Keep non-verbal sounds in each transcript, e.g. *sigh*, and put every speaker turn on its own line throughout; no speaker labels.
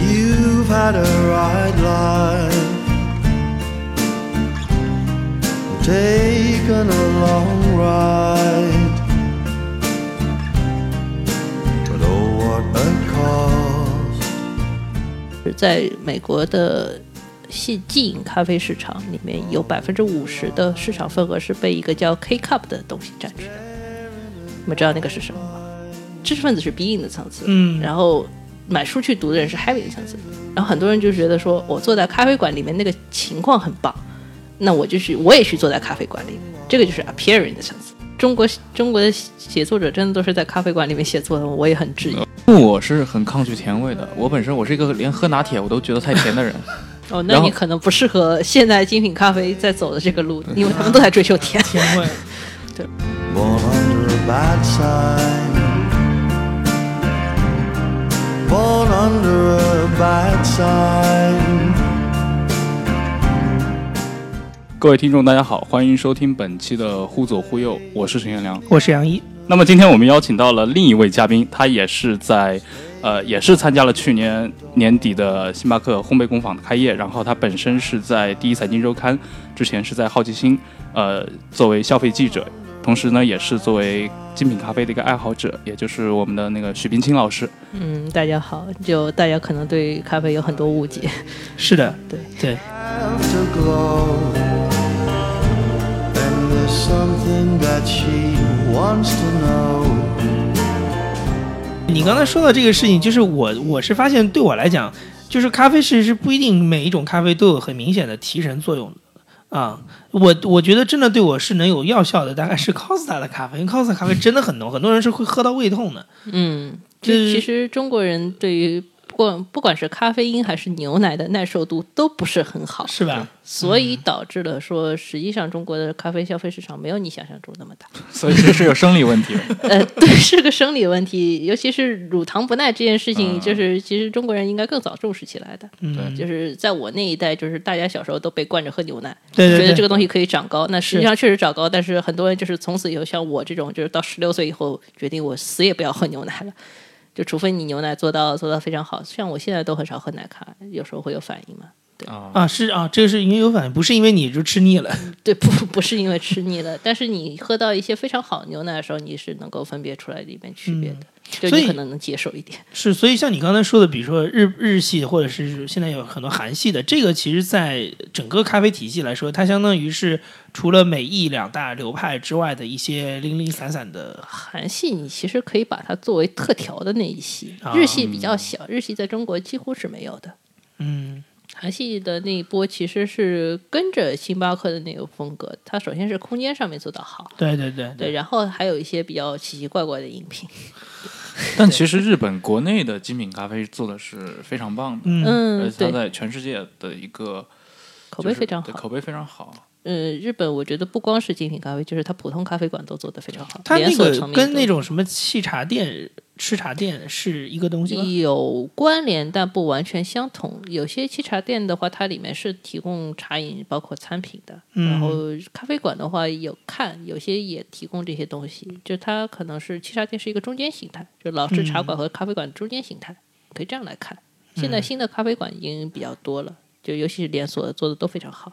you've had a right life. Taken a long ride. But oh, what a cost.
在美国的细即饮咖啡市场里面有百分之五十的市场份额是被一个叫 K cup 的东西占据的。你们知道那个是什么吗？知识分子是 being 的层次，
嗯
然后买书去读的人是 having 的层次，然后很多人就觉得说我坐在咖啡馆里面那个情况很棒，那我就去我也去坐在咖啡馆里面，这个就是 appearing 的层次。中国中国的写作者真的都是在咖啡馆里面写作的吗，我也很质疑。
我是很抗拒甜味的，我本身我是一个连喝拿铁我都觉得太甜的人。
哦，那
然后
你可能不适合现在精品咖啡在走的这个路，因为他们都在追求甜。
甜味，
Born under a bad sign. Born under a bad sign.
*laughs* 各位听众，大家好，欢迎收听本期的《忽左忽右》，我是陈彦良。
我是杨一，
那么今天我们邀请到了另一位嘉宾，他也是在，呃，也是参加了去年年底的星巴克烘焙工坊的开业，然后他本身是在第一财经周刊，之前是在好奇心，呃，作为消费记者，同时呢也是作为精品咖啡的一个爱好者，也就是我们的那个许冰清老师。
嗯，大家好，就大家可能对咖啡有很多误解。
是的，
对
对，
afterglow. And there's something that she wants to know.
你刚才说到这个事情，就是我我是发现对我来讲，就是咖啡是是不一定每一种咖啡都有很明显的提神作用的啊。我我觉得真的对我是能有药效的，大概是 Costa 的咖啡，因为 Costa 咖啡真的很浓，很多人是会喝到胃痛的。
嗯，
这
就其实中国人对于不管不管是咖啡因还是牛奶的耐受度都不是很好，
是吧？
所以导致了说，实际上中国的咖啡消费市场没有你想象中那么大。
所以这是有生理问题的。
呃，对，是个生理问题，尤其是乳糖不耐这件事情，就是其实中国人应该更早重视起来的。
嗯，
就是在我那一代，就是大家小时候都被惯着喝牛奶，
对对
觉得这
对，
个东西可以长高。那实际上确实长高，但是很多人就是从此以后，像我这种，就是到十六岁以后，决定我死也不要喝牛奶了。就除非你牛奶做到做到非常好，像我现在都很少喝奶咖，有时候会有反应嘛。
啊是啊，这个是因为有反应，不是因为你就吃腻了。
对，不不是因为吃腻了，但是你喝到一些非常好的牛奶的时候，你是能够分别出来里面区别的，就
嗯所以
你可能能接受一点。
是，所以像你刚才说的，比如说日日系或者是现在有很多韩系的，这个其实在整个咖啡体系来说，它相当于是除了美意两大流派之外的一些零零散散的。
韩系你其实可以把它作为特调的那一系，
啊
日系比较小，日系在中国几乎是没有的。
嗯，
韩系的那一波其实是跟着星巴克的那个风格，它首先是空间上面做得好，
对对对
对，，然后还有一些比较奇奇怪怪的饮品，
但其实日本国内的精品咖啡做的是非常棒的，
嗯，
而
嗯，
且它
对，
在全世界的一个
口碑非常
就是对
好。
口碑非常好。
嗯，日本我觉得不光是精品咖啡，就是它普通咖啡馆都做得非常好，
它
连
那
锁
个
层面
跟
都
那种什么沏茶店、吃茶店是一个东西吗？
有关联，但不完全相同。有些沏茶店的话，它里面是提供茶饮，包括餐品的。
嗯
然后咖啡馆的话有看，有些也提供这些东西。就它可能是沏茶店是一个中间形态，就老式茶馆和咖啡馆中间形态，可以这样来看。
嗯
现在新的咖啡馆已经比较多了，就尤其是连锁的做的都非常好，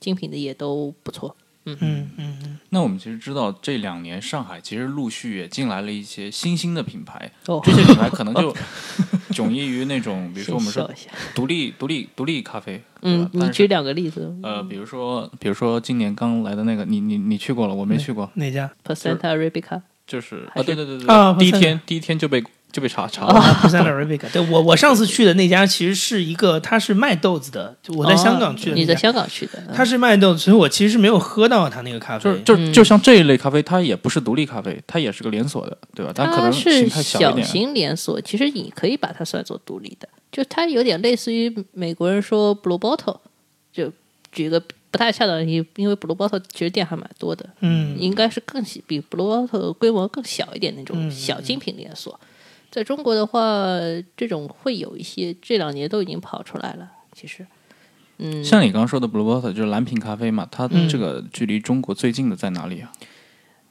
精品的也都不错。
嗯嗯，
那我们其实知道，这两年上海其实陆续也进来了一些新兴的品
*laughs*
牌，
哦
这些品牌可能
*laughs*
就迥异于那种，比如说我们
先 *laughs*
说
笑一下，
独立、独立、独立咖啡，对
嗯
吧，
你
但
举
是
两个例子
呃，比如说，比如说今年刚来的那个，你你你去过了，我没去过，
哪家？
，Percenta Arabica。
就是
还
啊，
是
对对对对
啊
对，第一
不是
天第一天就被就被查
哦
查了，
啊 p e r s a n Arabica。对我，我上次去的那家其实是一个，它是卖豆子的。就我在香港去
哦
的
你
那
在
家，
香港去的，嗯
它是卖豆子，所以我其实没有喝到它那个咖啡。
就是就是就像这一类咖啡，它也不是独立咖啡，它也是个连锁的，对吧？但可能
是
形态小一
小
点。啊
型连锁，其实你可以把它算作独立的，就它有点类似于美国人说 Blue Bottle，就举一个不太恰当的例子，因为 Blue Bottle 其实店还蛮多的， *laughs*
嗯
应该是更小比 Blue Bottle 规模更小一点那种
嗯
小精品连锁。在中国的话，这种会有一些，这两年都已经跑出来了。其实，嗯，
像你刚刚说的 Blue Bottle 就是蓝瓶咖啡嘛，它
嗯
这个距离中国最近的在哪里啊？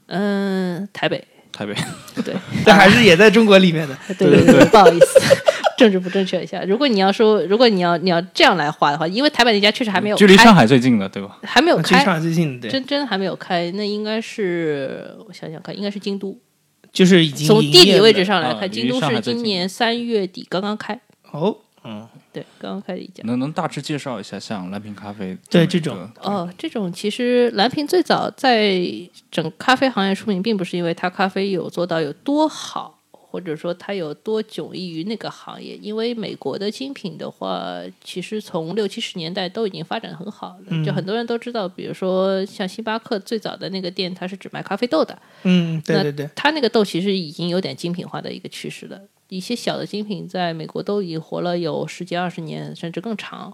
嗯、台北，
台北。
对
但还是也在中国里面的。
对对对，不好意思， *laughs* 政治不正确一下。如果你要说，如果你要你要这样来画的话，因为台北那家确实还
嗯
没有
距离
开
上海最近的，对吧？
还没有
去嗯上
开，
海最近对，
真真还没有开，那应该是我想想看，应该是京都。
就是已经
从
营
地
业
理
了
位置上来
啊
看，
离
京都
上海
是
最
今
近
年三月底刚刚开，
哦，嗯，
对，刚刚开的一家。
能能大致介绍一下像蓝瓶咖啡
对
么
这
一
种
个
哦，这种其实蓝瓶最早在整咖啡行业出名，并不是因为它咖啡有做到有多好，或者说它有多迥异于那个行业。因为美国的精品的话，其实从六七十年代都已经发展得很好了，就很多人都知道，比如说像星巴克最早的那个店，它是只卖咖啡豆的，
嗯，对
那
对对，
它那个豆其实已经有点精品化的一个趋势了。一些小的精品在美国都已经活了有十几二十年，甚至更长。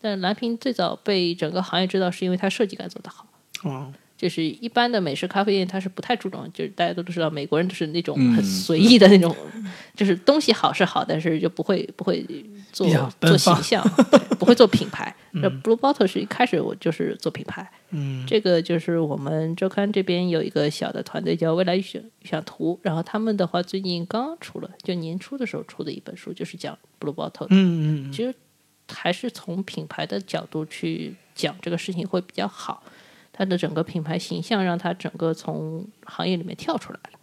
但蓝瓶最早被整个行业知道，是因为它设计感做得好。
嗯，
就是一般的美式咖啡店，它是不太注重，就是大家都知道，美国人都是那种很随意的那
嗯
种，
*laughs*
就是东西好是好，但是就不会不会做
比较
做
奔
形
放
象，对不会做品
*laughs*
牌。那 Blue Bottle 是一开始我就是做品牌，
嗯，
这个就是我们周刊这边有一个小的团队叫未来预想预想图，然后他们的话最近刚出了，就年初的时候出的一本书，就是讲 Blue Bottle 的。
嗯嗯
其实还是从品牌的角度去讲这个事情会比较好。它的整个品牌形象让它整个从行业里面跳出来了，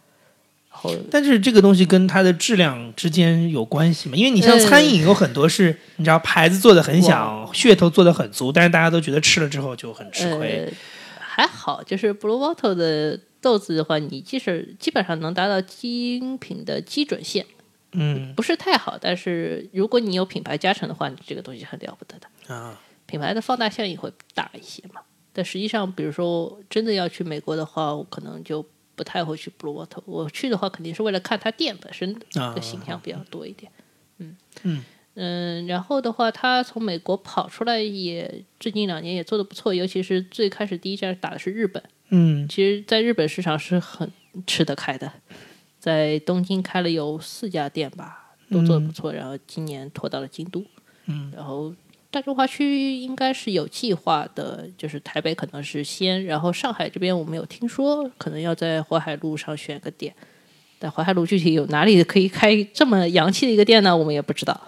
然后
但是这个东西跟它的质量之间有关系嘛？因为你
嗯
像餐饮有很多是，你知道牌子做的很响，噱头做的很足，但是大家都觉得吃了之后就很吃亏。
呃、还好，就是 Blue Bottle 的豆子的话，你即使基本上能达到精品的基准线，
嗯
不是太好，但是如果你有品牌加成的话，你这个东西很了不得的。
啊，
品牌的放大效应会大一些嘛。但实际上，比如说真的要去美国的话，我可能就不太会去 Blue Water。我去的话，肯定是为了看它店本身
啊
的形象比较多一点。嗯嗯然后的话，他从美国跑出来也最近两年也做的不错，尤其是最开始第一站打的是日本，
嗯
其实在日本市场是很吃得开的，在东京开了有四家店吧，都做的不错，然后今年拖到了京都，
嗯，
然后大中华区应该是有计划的，就是台北可能是先，然后上海这边我们有听说可能要在淮海路上选个店。但淮海路具体有哪里可以开这么洋气的一个店呢？我们也不知道。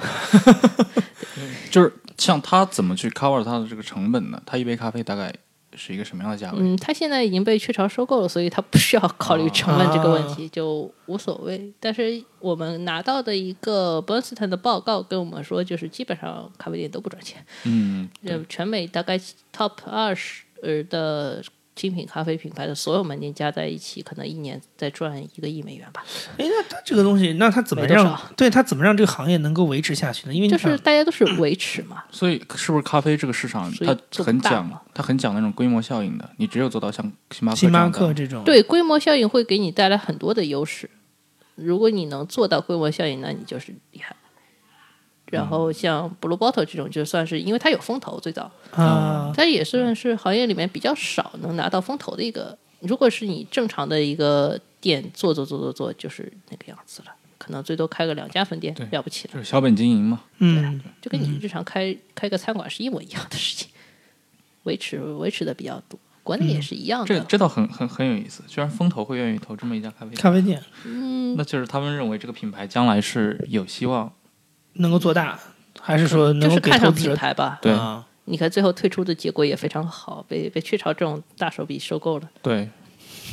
就是像他怎么去 cover 他的这个成本呢？他一杯咖啡大概是一个什么样的价位？
嗯，它现在已经被雀巢收购了，所以它不需要考虑成本这个问题，就无所谓。但是我们拿到的一个 b u r s t o n 的报告跟我们说，就是基本上咖啡店都不赚钱。
嗯，
*laughs* 呃，全美大概 top 二十呃的精品咖啡品牌的所有门店加在一起，可能一年再赚一个亿美元吧。
哎，那它这个东西，那它怎么
没多
让
少
对它怎么让这个行业能够维持下去呢？因为你
就是
想
大家都是维持嘛，
所以是不是咖啡这个市场
所以
它
做不
很
大
讲
嘛
它很讲那种规模效应的？你只有做到像星巴克
星
这
巴
样的
克这种，
对规模效应会给你带来很多的优势。如果你能做到规模效应，那你就是厉害。然后
嗯
像 Blue Bottle 这种，就算是因为它有风投，最早，
啊，
它也算是行业里面比较少能拿到风投的一个。如果是你正常的一个店做做做做做，就是那个样子了，可能最多开个两家分店，了不起了，
就是小本经营嘛。
嗯
就跟你日常开、开个餐馆是一模一样的事情， *laughs* 维持维持的比较多。国内也
嗯
是一样的，
这这倒很很很有意思，居然风投会愿意投这么一家咖啡店，
咖啡店
嗯
那就是他们认为这个品牌将来是有希望。
能够做大，还是说
嗯就
能够
是
给
看
投
上
资
品
者
牌吧。
对
啊？
你看最后退出的结果也非常好，被被雀巢这种大手笔收购了。
对，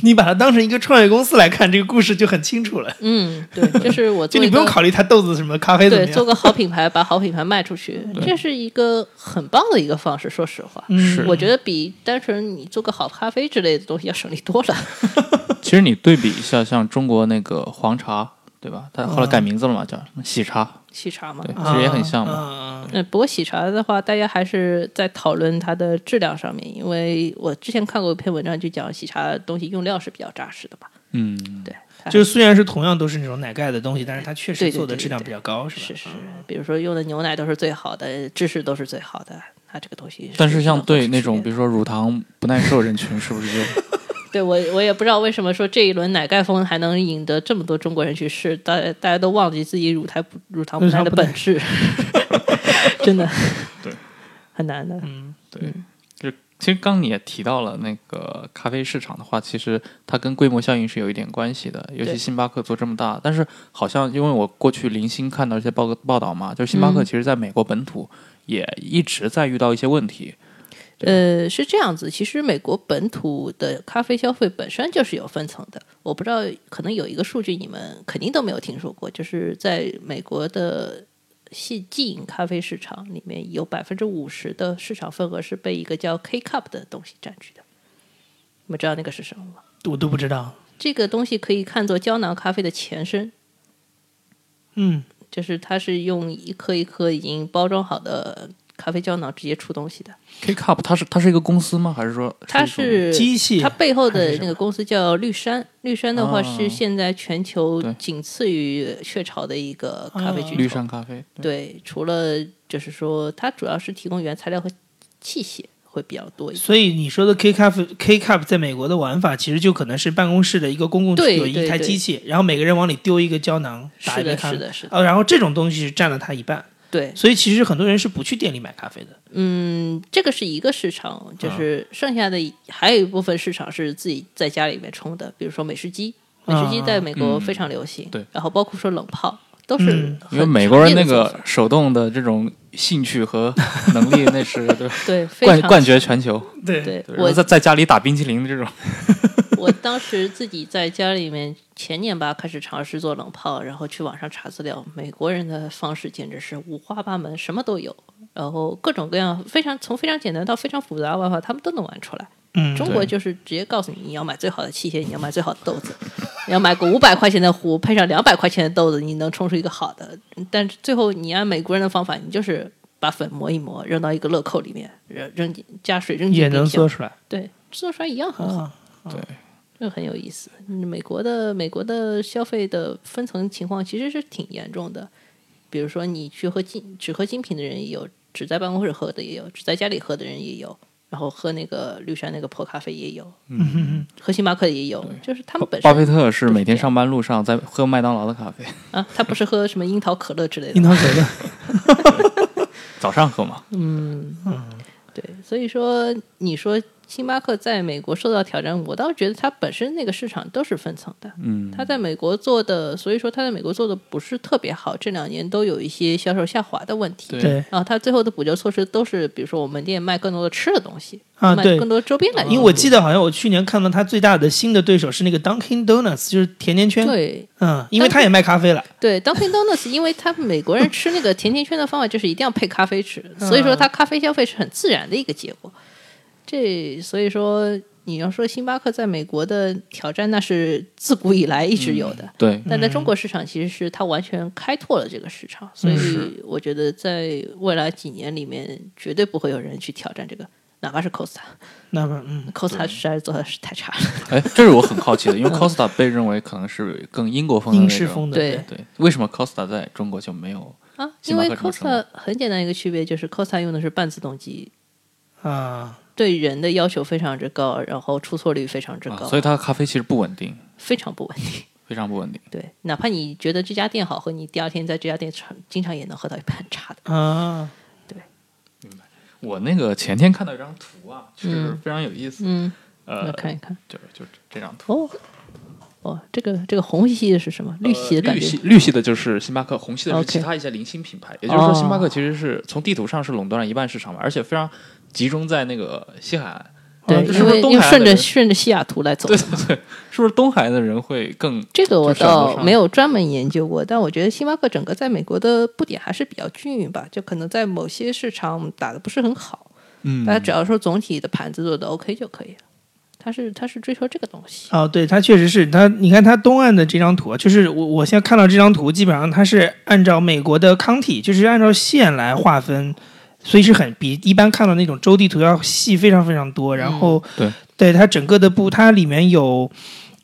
你把它当成一个创业公司来看，这个故事就很清楚了。
嗯，对，就是我
*laughs* 就
做
你
一
不用
个
考虑它豆子什么咖啡怎么
对，做
样，
个好品牌，把好品牌卖出去，这是一个很棒的一个方式。说实话，
嗯是
我觉得比单纯你做个好咖啡之类的东西要省力多了。
其实你对比一下，像中国那个黄茶，对吧？它
啊
后来改名字了嘛，叫喜茶，
喜茶嘛
对，，其实也很像嘛。
嘛。
嗯，不过喜茶的话，大家还是在讨论它的质量上面，因为我之前看过一篇文章，就讲喜茶的东西用料是比较扎实的吧。
嗯，
对，它
就是虽然是同样都是那种奶盖的东西，但是它确实
对对
做的
对
质量
对
比较高，
是
吧？
是，比如说用的牛奶都是最好的，芝士都是最好的，它这个东西。
但是像对那种比
如
如说乳糖不耐受人群，是不是就
对我我也不知道为什么说这一轮奶盖风还能引得这么多中国人去试，大大家都忘记自己乳糖不乳糖不耐的本 *laughs* 质，真的，
对，
很难的。
嗯，
对，就其实刚刚你也提到了那个咖啡市场的话，其实它跟规模效应是有一点关系的，尤其
对
星巴克做这么大，但是好像因为我过去零星看到一些报报道嘛，就是星巴克
嗯
其实在美国本土也一直在遇到一些问题，
呃，是这样子，其实美国本土的咖啡消费本身就是有分层的。我不知道，可能有一个数据你们肯定都没有听说过，就是在美国的系即饮咖啡市场里面有百分之五十的市场份额是被一个叫 K cup 的东西占据的。你们知道那个是什么吗？
我都不知道。
这个东西可以看作胶囊咖啡的前身，
嗯，
就是它是用一颗一颗已经包装好的咖啡胶囊直接出东西的。
K Cup 它是它是一个公司吗？还是说
它
是
是
机器
它背后
还是
的
什
那
么
个公司叫绿山，绿山的话
啊
是现在全球
对
仅次于雀巢的一个咖啡巨
啊
一
头。
种绿山咖啡？对
对，除了就是说，它主要是提供原材料和器械会比较多一些。
所以你说的 K cup K cup 在美国的玩法，其实就可能是办公室的一个公共
对
有一
对
台
对
机器，然后每个人往里丢一个胶囊，打
是
一杯
的，
咖
是
啡。
的，是的，
哦，然后这种东西是占了它一半，
啊
对，
所以其实很多人是不去店里买咖啡的。
嗯，这个是一个市场，
啊
就是剩下的还有一部分市场是自己在家里面冲的，比如说美式机，美式机
啊
在美国
嗯
非常流行，
对
然后包括说冷泡都是
嗯
很
因为美国人那
常见的做
个
法
手动的这种兴趣和能力，那是对吧
对非
冠
常
冠绝全球。
对
对
对，然
我
后在在家里打冰淇淋的这种，
我当时自己在家里面前年吧开始尝试做冷泡，然后去网上查资料，美国人的方式简直是五花八门，什么都有，然后各种各样，非常从非常简单到非常复杂的玩法，他们都能玩出来。
嗯，
中国就是直接告诉你，你要买最好的器械，你要买最好的豆子， *laughs* 你要买个五百块钱的壶，配上两百块钱的豆子，你能冲出一个好的。但是最后你按美国人的方法，你就是把粉磨一磨，扔到一个乐扣里面，扔扔进加水扔进
也
冰
能
箱
做，出来。
对，做出来一样很好。
啊，
这很有意思。嗯美国的美国的消费的分层情况其实是挺严重的，比如说你去喝精只喝精品的人也有，只在办公室喝的也有，只在家里喝的人也有，然后喝那个绿山那个破咖啡也有，
嗯，
喝星巴克的也有，就是他们本
巴
身
菲特是每天上班路上在喝麦当劳的咖啡，
啊，他不是喝什么樱桃可乐之类的
樱，桃可乐，
早上喝嘛。
对，所以说你说星巴克在美国受到挑战，我倒觉得它本身那个市场都是分层的。嗯，它在美国做的，所以说它在美国做的不是特别好，这两年都有一些销售下滑的问题。
对
对。
然后它最后的补救措施都是，比如说我门店卖更多的吃的东西，
啊
卖
对
更多周边来源。
因为我记得好像我去年看到他最大的新的对手是那个 Dunkin' Donuts，就是甜甜圈。，
对
嗯，因为他也卖咖啡了。
对，Dunkin' Donuts，因为他们美
*laughs*
国人吃那个甜甜圈的方法就是一定要配咖啡吃，
嗯
所以说它咖啡消费是很自然的一个结果。这所以说你要说星巴克在美国的挑战，那是自古以来一直有的。
对，
但在中国市场，其实是它完全开拓了这个市场，
嗯
所以我觉得在未来几年里面，绝对不会有人去挑战这个，哪怕是 Costa，Costa
那么，嗯，
实在是做的是太差了。
哎，这是我很好奇的，因为 Costa 被认为可能是更英国风的那
英
种
式风的，
对
对，为什么 Costa 在中国就没有？
啊，
星
因
巴克
为
这么成功
Costa 很简单一个区别就是 Costa 用的是半自动机，
啊，
对人的要求非常之高，然后出错率非常之高，
啊、所以它的咖啡其实不稳定，
非常不稳定。
非常不稳定。
对，哪怕你觉得这家店好喝，你第二天在这家店常经常也能喝到一盘差的。
啊，
我那个前天看到一张图啊，就是非常有意思，
嗯，
呃
我，看一看。
就是就是这张图，
哦，哦，这个这个红系的是什么？绿系的
呃
感
绿
觉
系。绿系的就是星巴克，红系的是
OK
其他一些零星品牌。也
哦
就是说，星巴克其实是从地图上是垄断了一半市场嘛，而且非常集中在那个西海岸。
对，
啊就是
因为
东
因为
海岸
顺
的
着
人
顺着西雅图来走
对。对对，是不是东海岸的人会更
这个我
就选择
倒
上
没有专门研究过，但我觉得星巴克整个在美国的布点还是比较均匀吧，就可能在某些市场打的不是很好，
嗯
大家只要说总体的盘子做的 OK 就可以了。它是它是追求这个东西，
哦，对，它确实是它。你看它东岸的这张图啊，就是我我现在看到这张图，基本上它是按照美国的 county，就是按照县来划分，所以是很比一般看到那种州地图要细非常非常多。然后，
对
对，它整个的布，它里面有。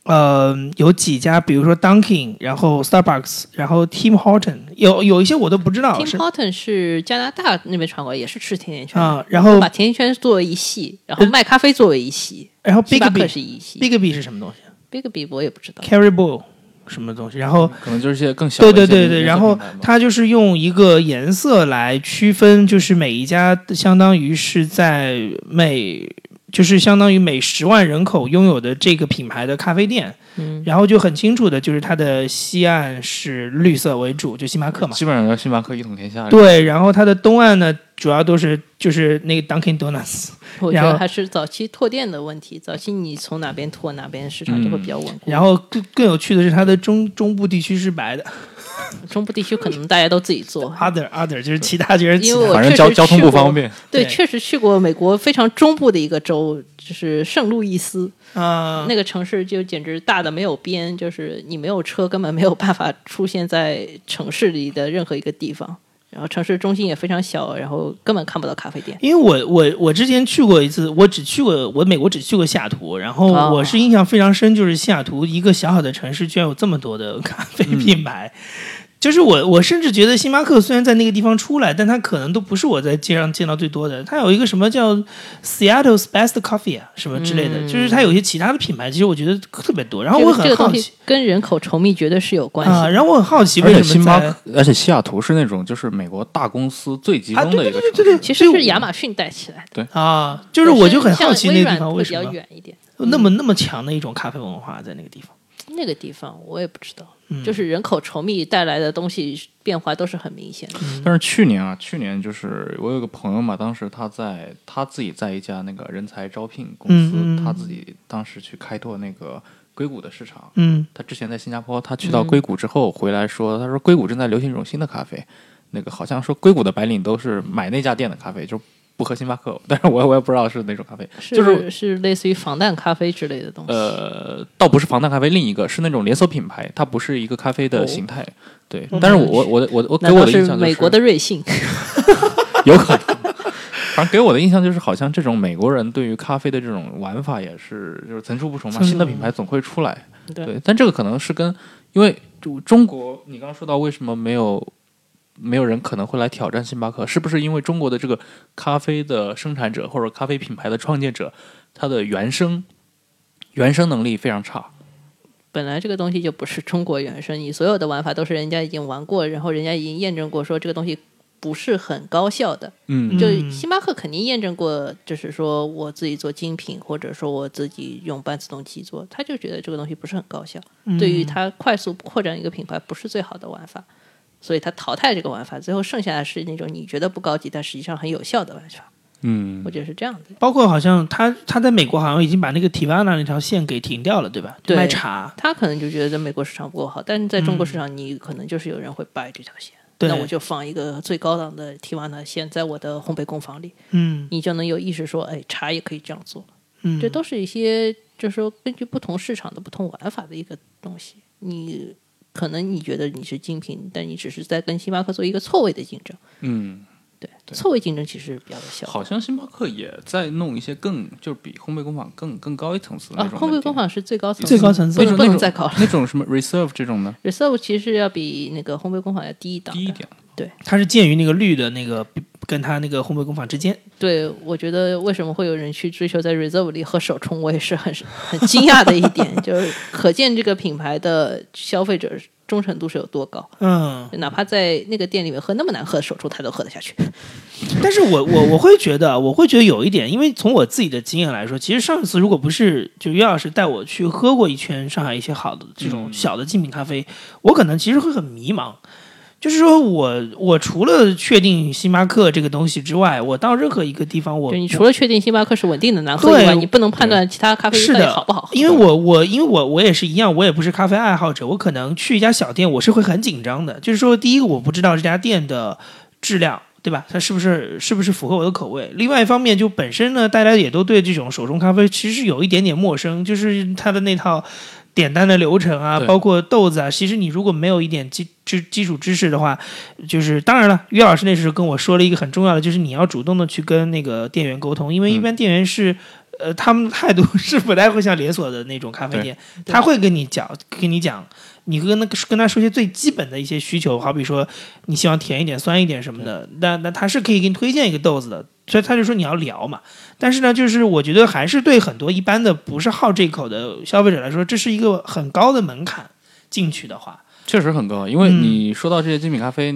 呃，有几家，比如说 Dunkin，然后 Starbucks，然后 Tim Horton，有有一些我都不知道
Tim
是
Horton 是加拿大那边传过来，也是吃甜甜圈的
啊。然后
把，甜甜圈作为一系，然后卖咖啡作为一系，
然后
星
Big
巴克
B
是一系
Big B 是什么东西
，Big B 我也不知道。
？Carry Bowl 什么东西？然后
可能就是一些更小的
对
一些
对对
零
对，
零
然
碎
后
品牌吧
它就是用一个颜色来区分，就是每一家相当于是在每就是相当于每十万人口拥有的这个品牌的咖啡店，
嗯，
然后就很清楚的就是它的西岸是绿色为主，就星巴克嘛。
基本上要星巴克一统天下。
对，然后它的东岸呢，主要都是就是那个 Dunkin' Donuts，
我觉
然
得
后
还是早期拓店的问题，早期你从哪边拓哪边市场就会比较稳固。
嗯然后更更有趣的是它的中中部地区是白的，
中部地区可能大家都自己做
，other other 就是其他就是其
因为
他
我
反
确
正
实
交交通
去
不
过
方便，
对，
对
确实去过美国非常中部的一个州，就是圣路易斯、
啊
那个城市，就简直大的没有边，就是你没有车根本没有办法出现在城市里的任何一个地方。然后城市中心也非常小，然后根本看不到咖啡店。
因为我我我之前去过一次，我只去过我美国只去过西雅图，然后
哦
我是印象非常深，就是西雅图一个小小的城市居然有这么多的咖啡品牌，
嗯
就是我我甚至觉得星巴克虽然在那个地方出来，但它可能都不是我在街上见到最多的，它有一个什么叫 Seattle's Best Coffee 啊什么之类的，就是它有一些其他的品牌，其实我觉得特别多，然后
嗯这
我
个
很
这个
好
东
奇
西跟人口稠密绝对是有关系的。
啊，然后我很好奇
而
为
且
什
星
么
巴
在
克，而且西雅图是那种就是美国大公司最集
啊
中的
对
一个城市。
对对，
其实是亚马逊带起来的，
啊，就是我就很好奇
像
那
微
个地
软
方
会
为
比较
什么
远嗯一点。
那么那么强的一种咖啡文化在那个地方。嗯
那个地方我也不知道，就是人口稠密带来的东西变化都是很明显的。
但是去年啊，去年就是我有个朋友嘛，当时他在他自己在一家那个人才招聘公司，
嗯嗯嗯
他自己当时去开拓那个硅谷的市场。
嗯
他之前在新加坡，他去到硅谷之后回来说，他说硅谷正在流行一种新的咖啡，那个好像说硅谷的白领都是买那家店的咖啡，就不喝星巴克。但是我我也不知道是哪种咖啡，
是
就是
是类似于防弹咖啡之类的东西。
呃，倒不是防弹咖啡，另一个是那种连锁品牌，它不是一个咖啡的形态。对，但是我我我的我的我给
哦嗯难道
我的
是
印象就是
美国的瑞幸？
有可能。反正给我的印象就是，好像这种美国人对于咖啡的这种玩法也是就是层出不穷嘛，
层出
新的
不穷
品牌总会出来。
对
对，但这个可能是跟因为就中国，你刚刚说到为什么没有没有人可能会来挑战星巴克，是不是因为中国的这个咖啡的生产者或者咖啡品牌的创建者，他的原生原生能力非常差？
本来这个东西就不是中国原生，你所有的玩法都是人家已经玩过，然后人家已经验证过，说这个东西不是很高效的。
嗯
就
嗯
星巴克肯定验证过，就是说我自己做精品，或者说我自己用半自动机做，他就觉得这个东西不是很高效，
嗯
对
嗯
于他快速扩展一个品牌不是最好的玩法，所以他淘汰这个玩法，最后剩下的是那种你觉得不高级，但实际上很有效的玩法。
嗯
我觉得是这样的。
包括好像他他在美国好像已经把那个 Tivana 那条线给停掉了，对吧？
对
卖茶，
他可能就觉得美国市场不够好，但是在中国市场，你可能就是有人会掰这条线。
对，
那我就放一个最高档的提瓦纳线在我的烘焙工坊里，
嗯
你就能有意识说，哎，茶也可以这样做。
嗯，
这都是一些就是说根据不同市场的不同玩法的一个东西。你可能你觉得你是精品，但你只是在跟星巴克做一个错位的竞争。
嗯，
对，错位竞争其实比较有效。啊
好像星巴克也在弄一些更就是比烘焙工坊更更高一层次的
啊
那，种
烘
的
焙工
店
坊是最高层次，
最高层次
不
那种
不
那
能
种
再高了。
那种什么 reserve 这种呢，
reserve 其实要比那个烘焙工坊要低一档的，
低一点。
它是介于那个绿的那个跟它那个烘焙工坊之间，
对，我觉得为什么会有人去追求在 Reserve 里喝手冲，我也是很很惊讶的一点， *laughs* 就是可见这个品牌的消费者忠诚度是有多高。 *laughs*
嗯，
哪怕在那个店里面喝那么难喝的手冲，他都喝得下去。
但是我我我会觉得，我会觉得有一点，因为从我自己的经验来说，其实上一次如果不是就岳老师带我去喝过一圈上海一些好的这
嗯
种小的精品咖啡，我可能其实会很迷茫。就是说我我除了确定星巴克这个东西之外，我到任何一个地方我，
就你
我
除了确定星巴克是稳定的难喝以外，
对
你不能判断其他咖啡
是
到底
的
好不好喝。
因为我我因为我我也是一样，我也不是咖啡爱好者，我可能去一家小店，我是会很紧张的。就是说，第一个我不知道这家店的质量，对吧？它是不是是不是符合我的口味？另外一方面，就本身呢，大家也都对这种手冲咖啡其实是有一点点陌生，就是它的那套。简单的流程啊，
对
包括豆子啊，其实你如果没有一点基基基础知识的话，就是当然了，岳老师那时候跟我说了一个很重要的，就是你要主动的去跟那个店员沟通，因为一般店员是、呃，他们态度是不太会像连锁的那种咖啡店，
对
他会跟你讲，跟你讲，你跟他跟他说些最基本的一些需求，好比说你希望甜一点、酸一点什么的，那那他是可以给你推荐一个豆子的，所以他就说你要聊嘛。但是呢，就是我觉得还是对很多一般的不是好这口的消费者来说，这是一个很高的门槛进去的话，
确实很高，因为
嗯
你说到这些精品咖啡，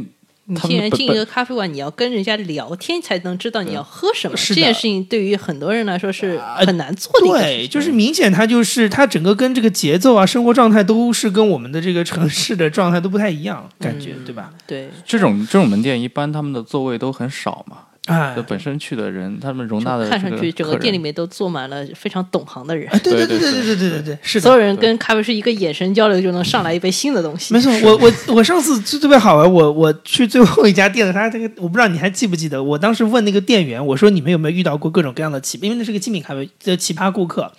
你
他
既
们
然
本
进一个咖啡馆，你要跟人家聊天才能知道你要喝什么。
是
这
的
件事情对于很多人来说是很难做的一个事
对，
情。
就是明显它就是它整个跟这个节奏啊、生活状态都是跟我们的这个城市的状态都不太一样，感觉、嗯对吧？
对，
这种这种门店一般他们的座位都很少嘛，
哎
就，本身去的人，他们容纳的
看上去
这
整
个客
个店里
人，
面都坐满了非常懂行的人
哎，，对对
对
对
对
对对对对对，是
所
的。
有人跟咖啡师一个眼神交流就能上来一杯新的东西
没。错，我我我上次就特别好玩，我我去最后一家店的，他这个我不知道你还记不记得，我当时问那个店员，我说你们有没有遇到过各种各样的奇，因为那是个精品咖啡的奇葩顾客，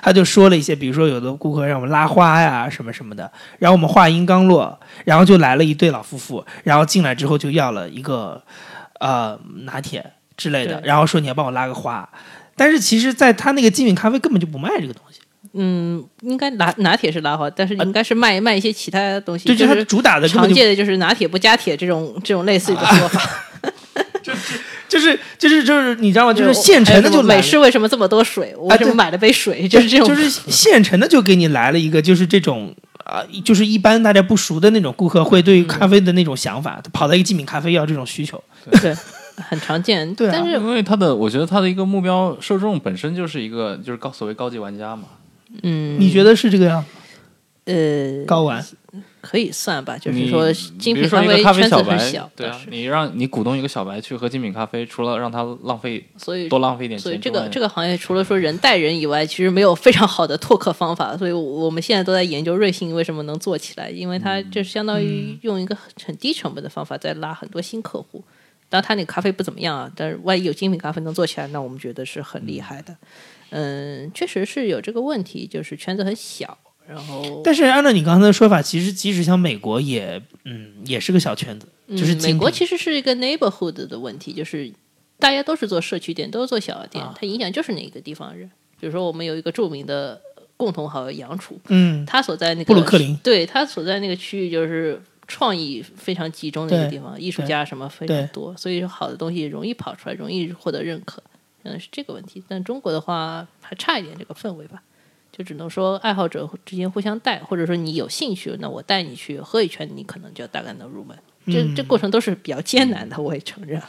他就说了一些，比如说有的顾客让我们拉花呀什么什么的，然后我们话音刚落，然后就来了一对老夫妇，然后进来之后就要了一个呃拿铁之类的，
对
然后说你要帮我拉个花，但是其实在他那个精品咖啡根本就不卖这个东西，
嗯，应该拿拿铁是拉花，但是应该是卖、卖一些其他东西，
呃就
就
他
是
主打的根本
常
就啊
见的就是拿铁不加铁这种这种类似于的说法。
就是就是就是你知道吗？ *laughs* 就是
我
现成的就
哎
来
美
了
式为什么这么多水？我
啊
为什么
对
买了杯水？就是这种，
就是 *laughs* 现成的就给你来了一个，就是这种啊、就是一般大家不熟的那种顾客会对于
嗯
咖啡的那种想法，他跑到一个精品咖啡要这种需求，
对，很常见。
对啊
但是
因为他的我觉得他的一个目标受众本身就是一个就是高所谓高级玩家嘛，
嗯，
你觉得是这个样？
呃，
高玩
可以算吧，就
你
是说
比
精
如
品
说一
啡
个咖啡
圈子
小
很
白
小，，
对啊
但，是
你让你鼓动一个小白去喝精品咖啡，除了让他浪费
所以
多浪费一点
所
钱之
以
外，
这个这个行业除了说人带人以外，其实没有非常好的拓客方法。所以我我们现在都在研究瑞幸为什么能做起来，因为它
嗯
这相当于用一个很很低成本的方法在拉很多新客户。当然，它那个咖啡不怎么样啊，但是万一有精品咖啡能做起来，那我们觉得是很厉害的。嗯，确实是有这个问题，就是圈子很小，然后
但是按照你刚才的说法，其实即使像美国也，嗯，也是个小圈子，就是
嗯、美国
实
其实是一个 neighborhood 的问题，就是大家都是做社区店，都是做小的
啊
店，它影响就是哪个地方人。比如说，我们有一个著名的共同好友杨楚，
嗯，
他所在那个
布鲁克林
对他所在那个区域就是创意非常集中的一个地
对
方，艺术家什么非常
对
多，所以说好的东西容易跑出来，容易获得认可，嗯，是这个问题。但中国的话还差一点这个氛围吧，就只能说爱好者之间互相带，或者说你有兴趣，那我带你去喝一圈，你可能就大概能入门。这这
嗯
过程都是比较艰难的，我也承认。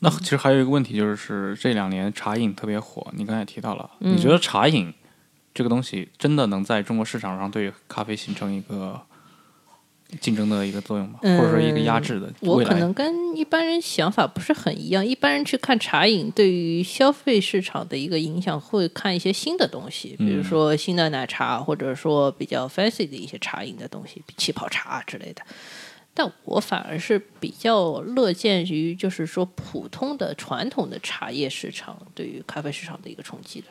那其实还有一个问题就是，这两年茶饮特别火，你刚才也提到了，你
嗯
觉得茶饮这个东西真的能在中国市场上对咖啡形成一个竞争的一个作用吗？
嗯
或者说一个压制的
我
未
可
来？
能跟一般人想法不是很一样。一般人去看茶饮对于消费市场的一个影响，会看一些新的东西，比如
嗯
说新的奶茶，或者说比较 fancy 的一些茶饮的东西，气泡茶啊之类的。但我反而是比较乐见于，就是说普通的传统的茶叶市场对于咖啡市场的一个冲击的。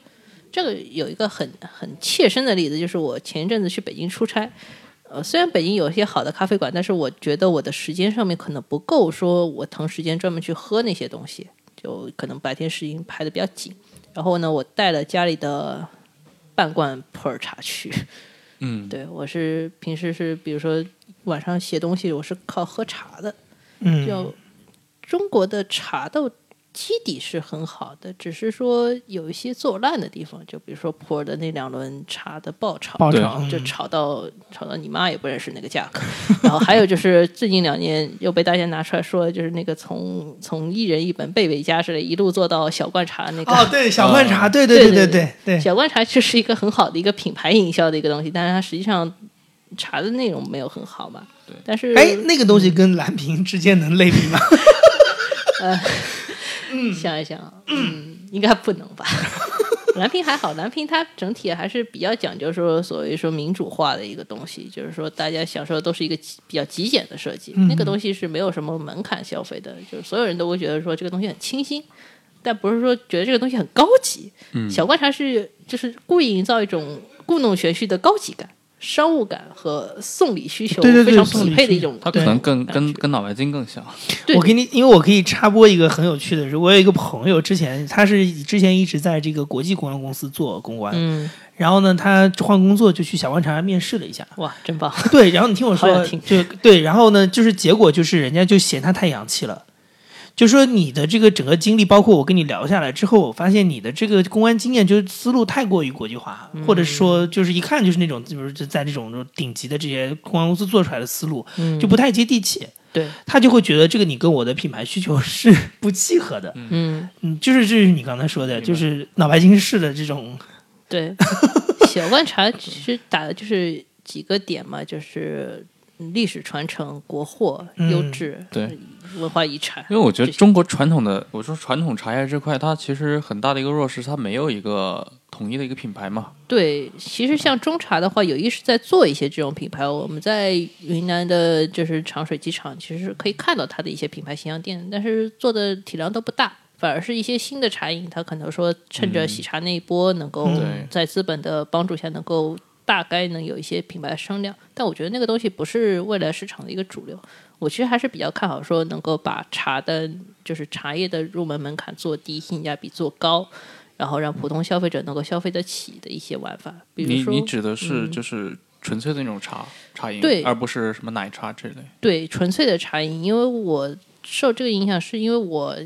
这个有一个很很切身的例子，就是我前一阵子去北京出差，呃，虽然北京有一些好的咖啡馆，但是我觉得我的时间上面可能不够，说我腾时间专门去喝那些东西，就可能白天事情排的比较紧。然后呢，我带了家里的半罐普洱茶去。
嗯，
*laughs* 对我是平时是比如说晚上写东西，我是靠喝茶的。
嗯，
就中国的茶豆基底是很好的，只是说有一些做烂的地方，就比如说普洱的那两轮茶的爆炒，
爆
对
炒
就
嗯
炒到炒到你妈也不认识那个价格。然后还有就是最近两年又被大家拿出来说，就是那个从从一人一本贝贝家之类一路做到小罐茶那个。
哦，对，小罐茶，对
对对
对对对，
小罐茶就是一个很好的一个品牌营销的一个东西，但是它实际上茶的内容没有很好嘛。对，但是
哎，那个东西跟蓝瓶之间能类比吗？
想一想，嗯，应该不能吧？ *laughs* 蓝屏还好，蓝屏它整体还是比较讲究说所谓说民主化的一个东西，就是说大家享受的都是一个极比较极简的设计，
嗯
那个东西是没有什么门槛消费的，就是所有人都会觉得说这个东西很清新，但不是说觉得这个东西很高级。
嗯
小观察是就是故意营造一种故弄玄虚的高级感、商务感和送礼需求
对对对
非常
送礼
匹配的
需
一种。
它可能更
对
跟跟脑白金更像。
对
我给你，因为我可以插播一个很有趣的是，我有一个朋友，之前他是之前一直在这个国际公关公司做公关，
嗯，
然后呢，他换工作就去小观察面试了
*laughs*
一下，
哇，真棒！
对，然后你听我
好
说
想，听
就对，然后呢，就是结果就是人家就嫌他太洋气了。就说你的这个整个经历，包括我跟你聊下来之后，我发现你的这个公安经验就是思路太过于国际化，
嗯
或者说就是一
嗯
看就是那种就是在这种顶级的这些公安公司做出来的思路，就不太接地气。
对，
他就会觉得这个你跟我的品牌需求
*laughs*
是不契合的。
嗯，
嗯，就是这是你刚才说的，就是脑白金式的这种，
对，小观察其实打的就是几个点嘛，就是历史传承、国货、
嗯
优质、
对
文化遗产。
因为我觉得
这些
中国传统的，我说传统茶叶这块，它其实很大的一个弱势，它没有一个统一的一个品牌嘛。
对，其实像中茶的话，有意识在做一些这种品牌。我们在云南的，就是长水机场，其实是可以看到它的一些品牌形象店，但是做的体量都不大，反而是一些新的茶饮，它可能说趁着喜茶那一波，能够
对
在资本的帮助下，能够大概能有一些品牌声量。但我觉得那个东西不是未来市场的一个主流。我其实还是比较看好说能够把茶的，就是茶叶的入门门槛做低，性价比做高，然后让普通消费者能够消费得起的一些玩法，比
你
如说嗯
你指的是就是纯粹的那种茶茶饮，
对
而不是什么奶茶之类。
对纯粹的茶饮，因为我受这个影响，是因为我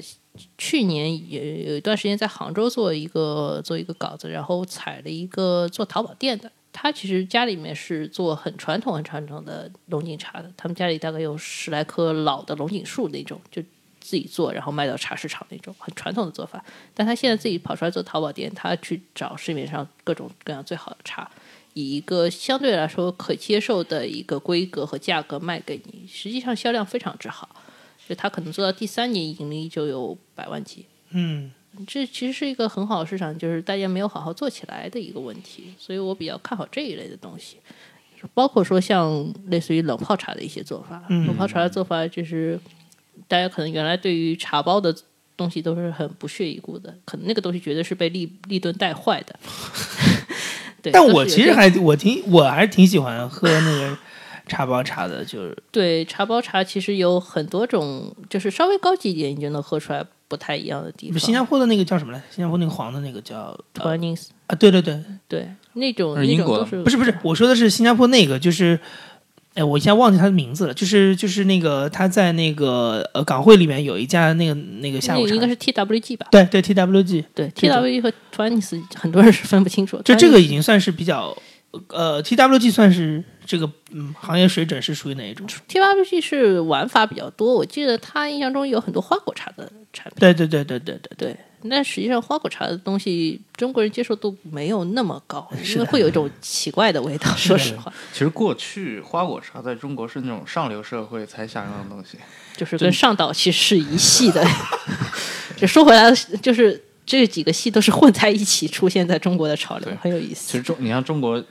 去年有有一段时间在杭州做一个做一个稿子，然后采了一个做淘宝店的。他其实家里面是做很传统、很传统的龙井茶的，他们家里大概有十来棵老的龙井树那种，就自己做，然后卖到茶市场那种很传统的做法。但他现在自己跑出来做淘宝店，他去找市面上各种各样最好的茶，以一个相对来说可接受的一个规格和价格卖给你，实际上销量非常之好。就他可能做到第三年盈利就有百万级，
嗯，
这其实是一个很好的市场，就是大家没有好好做起来的一个问题，所以我比较看好这一类的东西，包括说像类似于冷泡茶的一些做法，
嗯
冷泡茶的做法就是大家可能原来对于茶包的东西都是很不屑一顾的，可能那个东西绝对是被利利顿带坏
*laughs*
的。对，
但
都是
我
有
其
这
实还我挺我还是挺喜欢喝那个茶包茶的，就是
对，茶包茶其实有很多种，就是稍微高级一点，你就能喝出来不太一样的地方。
新加坡的那个叫什么来？新加坡那个黄的那个叫
t w i n i n s
啊，对对对，
对，那种那
是呃英
种
国
都
的
是
不是不是，我说的是新加坡那个，就是，哎，我一下忘记他的名字了，就是就是那个他在那个呃港汇里面有一家那个那个下
那
午茶，
应该是 TWG 吧？
对对 TWG，
对
这种
，TWG 和 t w i n i n s 很多人是分不清楚。
就这个
Twinings
已经算是比较呃 TWG 算是这个嗯行业水准是属于哪一种？
TWG 是玩法比较多，我记得他印象中有很多花果茶的产品。
对对对对对对对，
对，但实际上花果茶的东西，中国人接受度没有那么高，
呃是
因为
的
会有一种奇怪的味道。说
的
实话，
其实过去花果茶在中国是那种上流社会才享用的东西，
嗯
就是跟上岛其实是一系的。 *laughs* 就说回来，就是这几个系都是混在一起出现在中国的潮流
对，
很有意
其
思。
实中，你像中国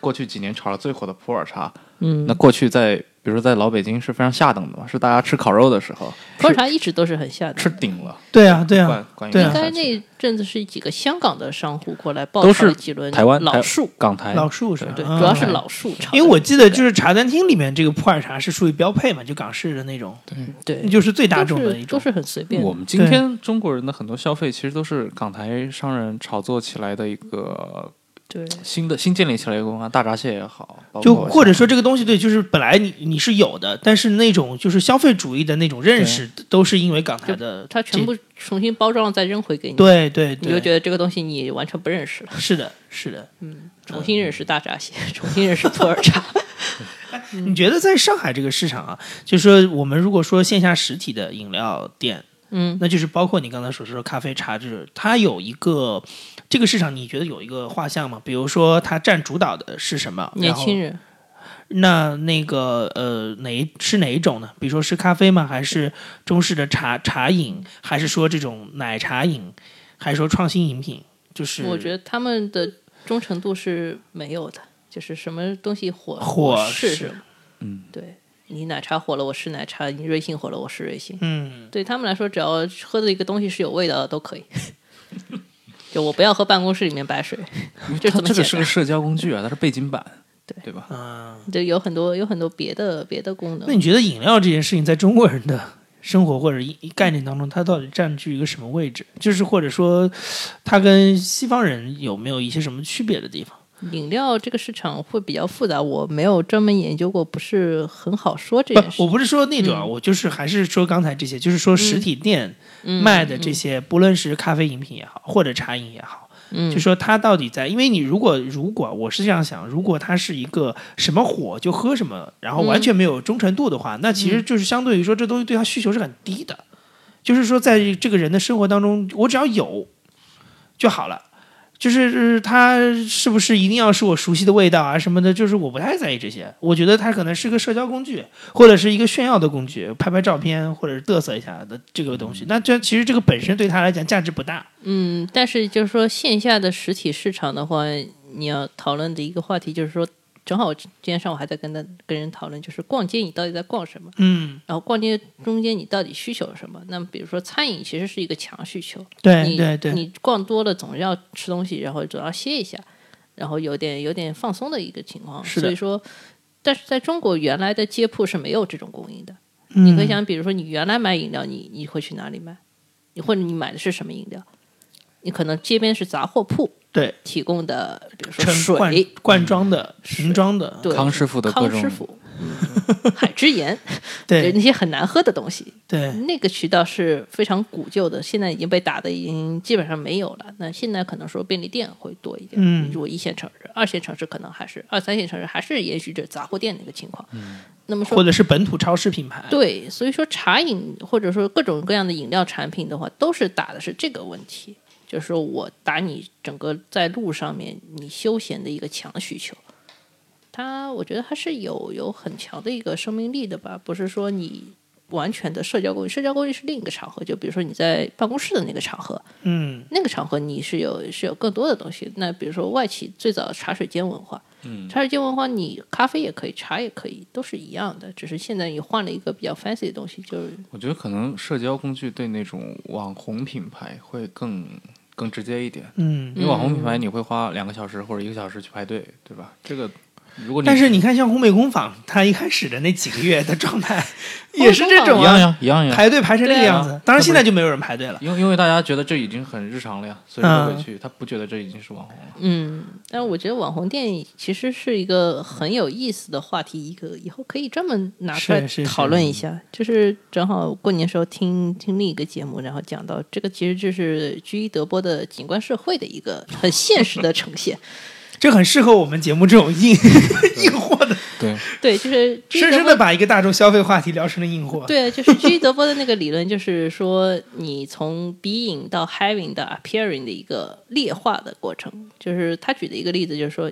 过去几年炒的最火的普洱茶，嗯，那过去在比如说在老北京是非常下等的嘛，是大家吃烤肉的时候
普洱茶一直都是很像的
吃，顶了，
对啊对
灌
啊，
灌一
对
应
啊
罐下
该
去。
那阵子是几个香港的商户过来爆
都
炒了
是
几轮
台湾
老
台
树，
港台
老树是吧？
对，
嗯
主要是老树炒的。
因为我记得就是茶餐厅里面这个普洱茶是属于标配嘛，就港式的那种，
对
就是最大
都
众的一
是
种
都。是很随便的。
我们今天中国人的很多消费其实都是港台商人炒作起来的一个
对
新的新建立起来一个文化，大闸蟹也好，包
就
括
或者说这个东西对，就是本来你你是有的，但是那种就是消费主义的那种认识，都是因为港台的
它全部重新包装了再扔回给你，
对对
你
对，
就觉得这个东西你完全不认识了。
是的，是的。
重
嗯
新认识大闸蟹，重新认识普洱茶。
*laughs*
嗯
你觉得在上海这个市场啊，就是说我们如果说线下实体的饮料店，
嗯，
那就是包括你刚才所说的咖啡、茶，就是它有一个这个市场，你觉得有一个画像吗？比如说它占主导的是什么？
年轻
人。
人，
那那个呃，哪一是哪一种呢？比如说是咖啡吗？还是中式的茶茶饮？还是说这种奶茶饮？还是说创新饮品？就是
我觉得他们的忠诚度是没有的，就是什么东西火
火
我试
是
什么。嗯，对你奶茶火了，我是奶茶；你瑞幸火了，我是瑞幸。
嗯，
对他们来说，只要喝的一个东西是有味道的，都可以。 *laughs* 就我不要喝办公室里面白水，这
它
怎么
这
解
个是
释
个？社交工具啊，它是背景板，
对
对吧？
就有很多有很多别的别的功能
那。你觉得饮料这件事情在中国人的生活或者一一概念当中，它到底占据一个什么位置？就是或者说，它跟西方人有没有一些什么区别的地方？
饮料这个市场会比较复杂，我没有专门研究过，不是很好说这件
不，
事
我。不是说那种啊，我就是还是说刚才
嗯
这些，就是说实体店卖的这些，不论是咖啡饮品也好，或者茶饮也好，
嗯
就说它到底在，因为你如果如果我是这样想，如果它是一个什么火就喝什么，然后完全没有忠诚度的
嗯
话，那其实就是相对于说这东西对它需求是很低的，就是说在这个人的生活当中，我只要有就好了。就是它是不是一定要是我熟悉的味道啊什么的，就是我不太在意这些。我觉得它可能是个社交工具，或者是一个炫耀的工具，拍拍照片或者是嘚瑟一下的这个东西。那这其实这个本身对他来讲价值不大。
嗯，但是就是说线下的实体市场的话，你要讨论的一个话题就是说，正好我今天上午还在跟他跟人讨论，就是逛街你到底在逛什么，
嗯，
然后逛街中间你到底需求什么？那么比如说餐饮其实是一个强需求，
对
你
哎对对，
你逛多了总要吃东西，然后总要歇一下，然后有点有点放松的一个情况。
是的
所以说，但是在中国原来的街铺是没有这种供应的。
你
你可以想，比如说你原来买饮料，你你会去哪里买？你或者你买的是什么饮料？你可能街边是杂货铺
对
提供的，比如说
成罐
水，
罐装的、瓶装的，
对
康师傅的各
康
种
师
*laughs*
傅、嗯 *laughs* 海之盐，就
对
那些很难喝的东西，
对
那个渠道是非常古旧的，现在已经被打的已经基本上没有了。那现在可能说便利店会多一点，
嗯
如果一线城市、二线城市可能还是二三线城市还是延续着杂货店那个情况。
嗯
那么
或
说
者是本土超市品牌。
对，所以说茶饮或者说各种各样的饮料产品的话，都是打的是这个问题，就是说我打你整个在路上面你休闲的一个强需求。它，我觉得它是有有很强的一个生命力的吧，不是说你完全的社交工具，社交工具是另一个场合，就比如说你在办公室的那个场合，
嗯，
那个场合你是有是有更多的东西。那比如说外企最早茶水间文化，嗯，茶水间文化你咖啡也可以，茶也可以，都是一样的，只是现在你换了一个比较 fancy 的东西，就是
嗯
我觉得可能社交工具对那种网红品牌会更更直接一点，
嗯，
因为网红品牌你会花两个小时或者一个小时去排队，对吧？这个
嗯
如果你
但是你看，像烘焙工坊，它一开始的那几个月的状态
*laughs*
也是这种
一样
啊，
呀，一样呀，
排队排成那个
对啊
样子。当然，现在就没有人排队了。
因为因为大家觉得这已经很日常了呀，所以
嗯
不会去，他不觉得这已经是网红了。
嗯，但是我觉得网红电影其实是一个很有意思的话题，一个以后可以专门拿出来
是是是
讨论一下。就是正好过年时候听听另一个节目，然后讲到这个，其实就是居伊德波的景观社会的一个很现实的呈现。 *laughs*
这很适合我们节目这种硬硬货的，
对，
嗯对，就是居伊德
深
波
深的把一个大众消费话题聊成了硬货。
*laughs* 对，就是居伊德波的那个理论，就是说你从 being 到 having 到 appearing 的一个劣化的过程。就是他举的一个例子，就是说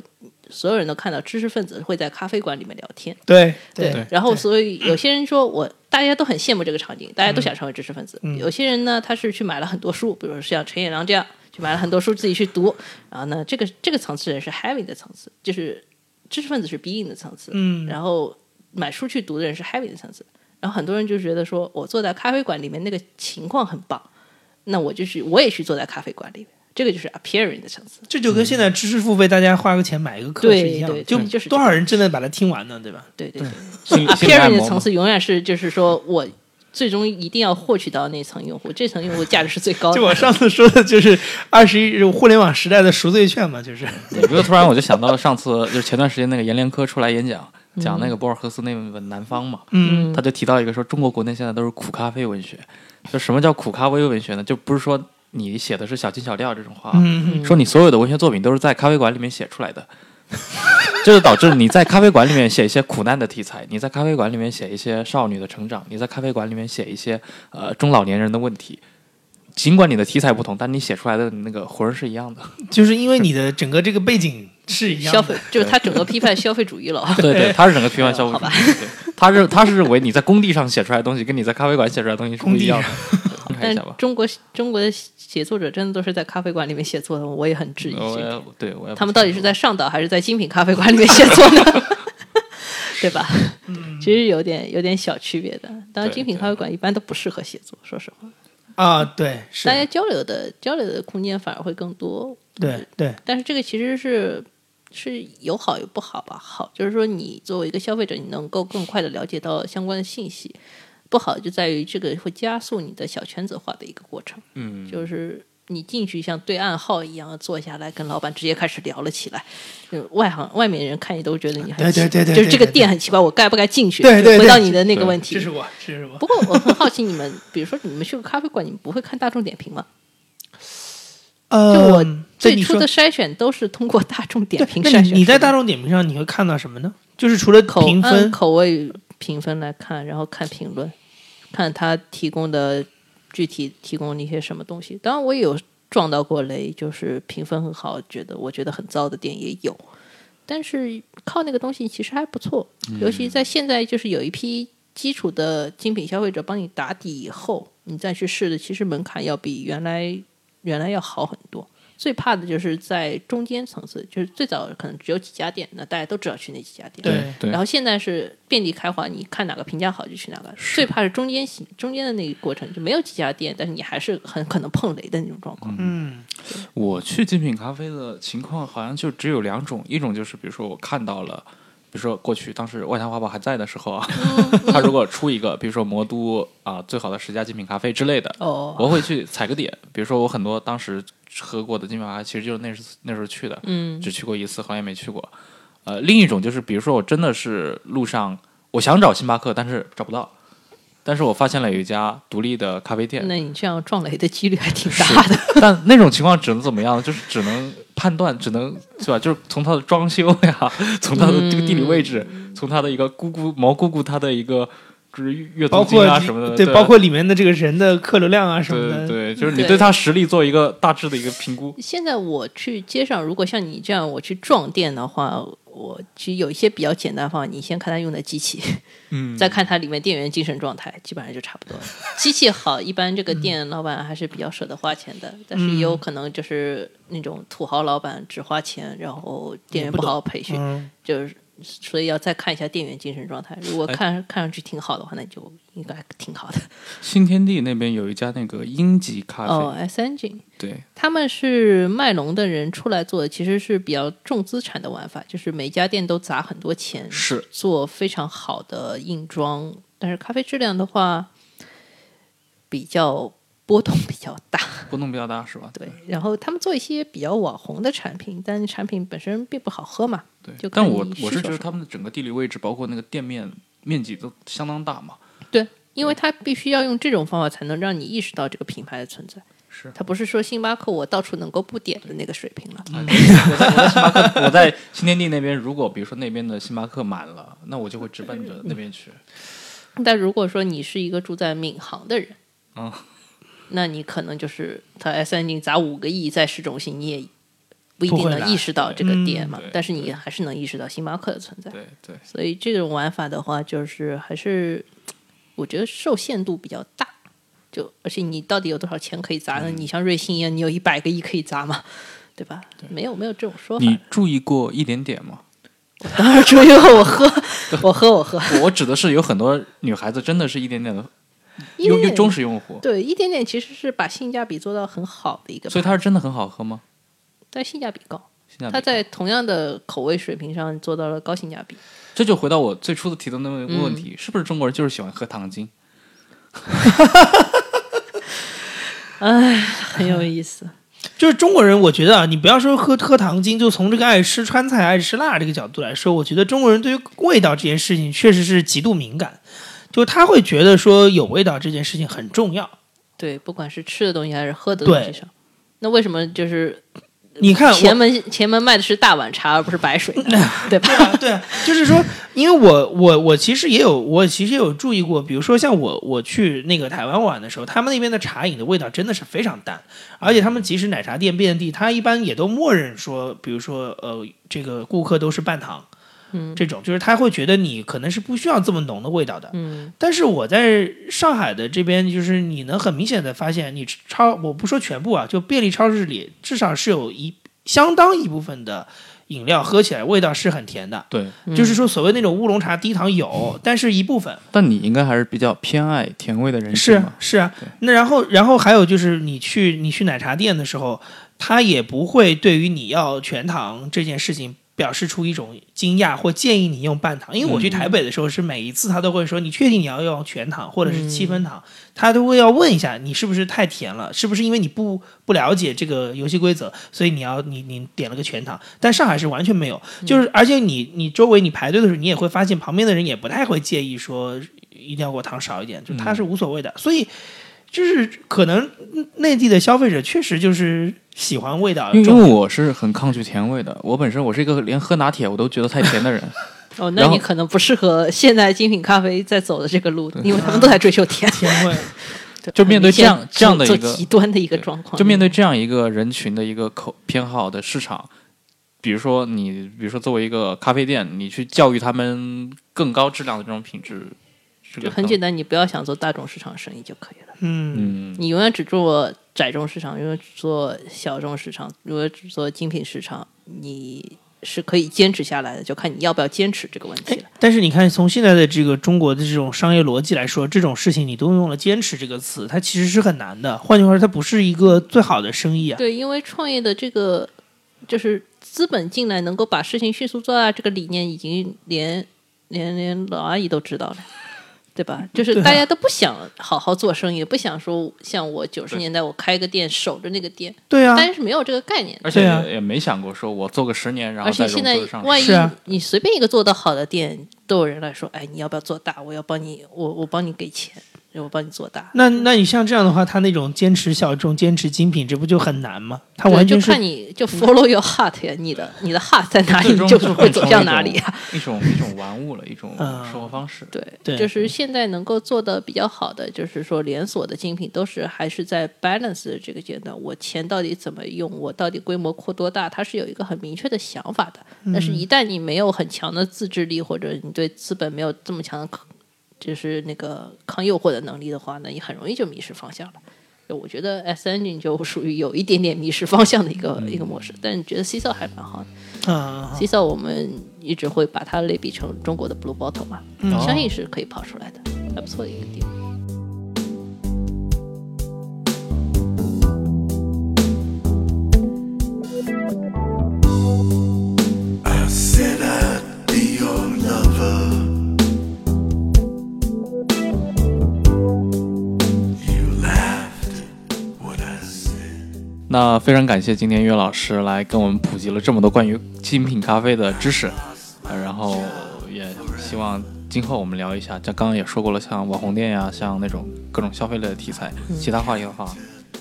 所有人都看到知识分子会在咖啡馆里面聊天。
对
对，然后所以有些人说我大家都很羡慕这个场景，大家都想成为知识分子。有些人呢，他是去买了很多书，比如说像陈彦良这样去买了很多书自己去读。然后呢，这个这个层次人是 having 的层次，就是知识分子是 being 的层次。
嗯
然后买书去读的人是 having 的层次。然后很多人就觉得说我坐在咖啡馆里面那个情况很棒，那我就是我也去坐在咖啡馆里面，这个就是 appearing 的层次。
这就跟现在知识付费，大家花个钱买一个课是一样的，
对对
就
对就是
多少人真的把它听完呢，对吧？
对对对，
性性爱
appearing 的
摩
层
嘛
次永远是就是说我最终一定要获取到那层用户，这层用户价值是最高
就我
的。
上次说的，就是二十一互联网时代的赎罪券嘛，就是
你不是突然我就想到上次就是前段时间那个阎连科出来演讲，讲那个博尔赫斯那本《南方》嘛，
嗯
他就提到一个说中国国内现在都是苦咖啡文学，就什么叫苦咖啡文学呢？就不是说你写的是小情小调这种话，
嗯，
说你所有的文学作品都是在咖啡馆里面写出来的， *laughs* 这就导致你在咖啡馆里面写一些苦难的题材，你在咖啡馆里面写一些少女的成长，你在咖啡馆里面写一些呃中老年人的问题。尽管你的题材不同，但你写出来的那个魂儿是一样的。
就是因为你的整个这个背景是一样
消
的，
费就是他整个批判消费主义了。
对对，他是整个批判消费
好吧
主义对他是他是认为你在工地上写出来的东西跟你在咖啡馆写出来的东西是不一样的。 *laughs* 对看
*laughs* 但
一下吧，
中国中国的写作者真的都是在咖啡馆里面写作的，我也很质疑
呃我
这一点
也对我也不啊
他们到底是在上岛还是在精品咖啡馆里面写作呢？对吧？嗯，其实有点有点小区别的。当然，
对
精品咖啡馆一般都不适合写作，说实话，
啊，对，是
大，家交流的交流的空间反而会更多。
对对，
但是这个其实是是有好有不好吧。好就是说，你作为一个消费者，你能够更快的了解到相关的信息；不好就在于这个会加速你的小圈子化的一个过程。嗯，就是你进去像对暗号一样坐下来，跟老板直接开始聊了起来。就外行外面人看你都觉得你很
对对
奇
对对
就是这个
对对
店很奇怪，我该不该进去？
对对
就回
对
到你的那个问题
这，是我，这是我
不。过我很好奇，你们比如说你们去个咖啡馆，你们不会看大众点评吗？
呃，
就我
对
最
你
初
说
的筛选都是通过大众点评
那
筛
你
选
你在
出来
大众点评上你会看到什么呢？就是除了
口
评
按
分，
口味评分来看，然后看评论，看他提供的具体提供了一些什么东西。当然，我也有撞到过雷，就是评分很好，觉得我觉得很糟的店也有。但是靠那个东西其实还不错，尤其在现在就是有一批基础的精品消费者帮你打底以后，你再去试的，其实门槛要比原来原来要好很多。最怕的就是在中间层次，就是最早可能只有几家店，那大家都知道去那几家店。
对
对
然后现在是遍地开花，你看哪个评价好就去哪个。最怕是中间型中间的那个过程，就没有几家店，但是你还是很可能碰雷的那种状况。
嗯，
我去精品咖啡的情况好像就只有两种，一种就是比如说我看到了，比如说过去当时外滩华宝还在的时候啊，
嗯
*laughs* 他如果出一个，比如说魔都啊、最好的十家精品咖啡之类的，
哦，
我会去踩个点。比如说我很多当时喝过的精品咖啡，其实就是那时那时候去的，
嗯
只去过一次，后来也没去过。呃，另一种就是比如说我真的是路上我想找星巴克，但是找不到，但是我发现了有一家独立的咖啡店，
那你这样撞雷的几率还挺大的。
*laughs* 但那种情况只能怎么样呢？就是只能判断，只能是吧？就是从它的装修呀， *laughs* 从它的这个地理位置，
嗯
从它的一个估估毛估估它的一个就是阅
包
读
括
金啊什么的，
对，包括里面的这个人的客流量啊什么
对
的，
对，就是你
对
对它实力做一个大致的一个评估。
现在我去街上，如果像你这样我去撞店的话，我其实有一些比较简单的方法，你先看他用的机器，
嗯，
再看它里面店员精神状态，基本上就差不多了。
*laughs*
机器好，一般这个店老板还是比较舍得花钱的，但是也有可能就是那种土豪老板只花钱，然后店员不好好培训，
嗯，
就是所以要再看一下店员精神状态。如
哎
果看、看上去挺好的话，那就应该挺好的。
新天地那边有一家那个英吉咖啡，
哦，S Engine。
对，
他们是卖龙的人出来做的，其实是比较重资产的玩法，就是每家店都砸很多钱，
是
做非常好的硬装，但是咖啡质量的话，比较波动比较大。
波动比较大是吧？
对， *laughs* 然后他们做一些比较网红的产品，但产品本身并不好喝嘛。
对
就，看
但我
你需
我是
求
觉
什
得
么
他们的整个地理位置，包括那个店面面积都相当大嘛。
对，因为它必须要用这种方法才能让你意识到这个品牌的存在。
是
它不是说星巴克我到处能够不点的那个水平了。
我在新天地那边，如果比如说那边的星巴克满了，那我就会直奔着那边去。
但如果说你是一个住在闵行的人，
嗯
那你可能就是他 S N 砸五个亿在市中心，你也不一
不
定
会
能
来
意识到这个点嘛
嗯对，
但是你还是能意识到星巴克的存在。
对对，
所以这种玩法的话，就是还是我觉得受限度比较大。就而且你到底有多少钱可以砸呢？
嗯
你像瑞幸一样，你有一百个亿可以砸吗？对吧？没有没有这种说法
你。注意过一点点吗？
当然，只有我喝，我喝，我喝。
我我指的是有很多女孩子真的是一点点的
因
用
为
用忠实用户，
对，一点点其实是把性价比做到很好的一个，
所以它是真的很好喝吗？
但性价比高，
性价比
它在同样的口味水平上做到了高性价比。
这就回到我最初的提的那个问题，是不是中国人就是喜欢喝糖精？
很有意思。
就是中国人，我觉得啊，你不要说喝喝糖精，就从这个爱吃川菜、爱吃辣这个角度来说，我觉得中国人对于味道这件事情确实是极度敏感，就他会觉得说有味道这件事情很重要。
对，不管是吃的东西还是喝的东西
对
上，那为什么就是
你看，我
前门前门卖的是大碗茶而不是白水呢， *laughs* 对吧？
对啊，就是说，因为我我我其实也有我其实也有注意过，比如说像我我去那个台湾玩的时候，他们那边的茶饮的味道真的是非常淡，而且他们即使奶茶店遍地，他一般也都默认说，比如说呃，这个顾客都是半糖。嗯，这种就是他会觉得你可能是不需要这么浓的味道的，
嗯，
但是我在上海的这边，就是你能很明显的发现，你超我不说全部啊，就便利超市里至少是有一相当一部分的饮料喝起来味道是很甜的，
对，
就是说所谓那种乌龙茶低糖有，但是一部分
但你应该还是比较偏爱甜味的人群
是
嘛
是啊
对。
那然后然后还有就是你去你去奶茶店的时候，他也不会对于你要全糖这件事情。表示出一种惊讶或建议你用半糖，因为我
嗯
去台北的时候是每一次他都会说你确定你要用全糖或者是七
嗯
分糖，他都会要问一下你是不是太甜了，是不是因为你不不了解这个游戏规则，所以你要你你点了个全糖。但上海是完全没有，就是而且你你周围你排队的时候，你也会发现旁边的人也不太会介意说一定要给我糖少一点，就他是无所谓的。所以就是可能嗯内地的消费者确实就是喜欢味道，
因为因
重
为我是很抗拒甜味的，我本身我是一个连喝拿铁我都觉得太甜的人，
哦，那
然后
你可能不适合现在精品咖啡在走的这个路，因为他们都在追求甜。
甜味。
对
就 *laughs* 面对这样
很明显
这样的一个
做极端的一个状况，
就面对这样一个人群的一个口偏好的市场，比如说你，比如说作为一个咖啡店，你去教育他们更高质量的这种品质，这
就
个
嗯很简
单。
单，你不要想做大众市场生意就可以了。
*laughs*
嗯，
嗯，
你永远只做窄众市场，永远只做小众市场，永远只做精品市场，你是可以坚持下来的，就看你要不要坚持这个问题了。
但是你看，从现在的这个中国的这种商业逻辑来说，这种事情你都用了“坚持”这个词，它其实是很难的。换句话说，它不是一个最好的生意啊。
哎对，因为创业的这个就是资本进来能够把事情迅速做大，这个理念已经连连连老阿姨都知道了。对吧？就是
对啊
大家都不想好好做生意，不想说像我九十年代我开个店守着那个店，
对啊，
但是没有这个概念的。
而且
对啊
也也没想过说我做个十年，然后
而且
再
现
融
在
资上市。
万一
是啊
你随便一个做得好的店，都有人来说，哎，你要不要做大？我要帮你，我我帮你给钱，我帮你做大。
那那你像这样的话，他那种坚持小众、坚持精品，这不就很难吗？他
对
完全
就是看你就 follow your heart 呀，你的你的 heart 在哪里，
最
你
终
就是会
变
走
成
向
一
哪
种
里啊？
一种一种玩物了，一种
嗯
生活方式。
对，
对
就是现在能够做的比较好的，就是说连锁的精品都是还是在 balance 的这个阶段，我钱到底怎么用，我到底规模扩多大，它是有一个很明确的想法的。但是，一旦你没有很强的自制力，或者你对资本没有这么强的抗，就是那个抗诱惑的能力的话呢，你很容易就迷失方向了。就我觉得 S Engine 就属于有一点点迷失方向的一个、一个模式，但觉得 C 色还蛮好的。
嗯，
C 色我们一直会把它类比成中国的 Blue Bottle 嘛，
嗯
相信是可以跑出来的，还不错的一个店。
Said I'd be your lover. You laughed at what I said.
那非常感谢今天岳老师来跟我们普及了这么多关于精品咖啡的知识，呃然后也希望今后我们聊一下，像刚刚也说过了，像网红店呀、像那种各种消费类的题材，其他话题的话，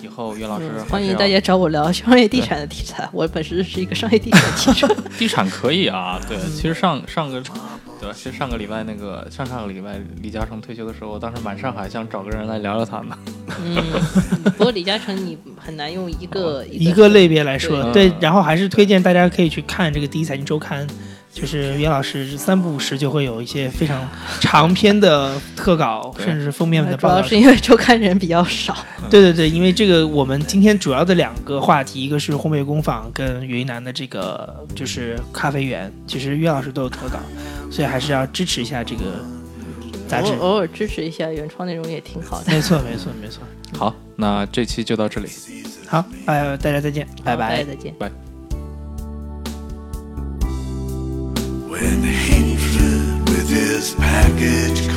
以后
哦
岳老师还是要
嗯
啊
欢迎大家找我聊商业地产的题材，我本身是一个商业地产记 *laughs* 者。
地产可以啊，对，其实上上个对吧？其实上个礼拜那个上上个礼拜李嘉诚退休的时候，我当时满上海想找个人来聊聊他呢。
嗯不过李嘉诚你很难用一个
哦嗯一个类别来说，
对
对，然后还是推荐大家可以去看这个《第一财经周刊》，就是袁老师三不五时就会有一些非常长篇的特稿，
对
甚至是封面的
主
报
要
道。
是因为周刊人比较少，
对对对，因为这个我们今天主要的两个话题，一个是烘焙工坊跟云南的这个就是咖啡园，其实岳老师都有投稿，所以还是要支持一下这个杂志
偶。偶尔支持一下原创内容也挺好的。
没错，没错，没错。
好，那这期就到这里。
好，呃，大家再见，拜
好大
拜
家。再见。
When he fled with his package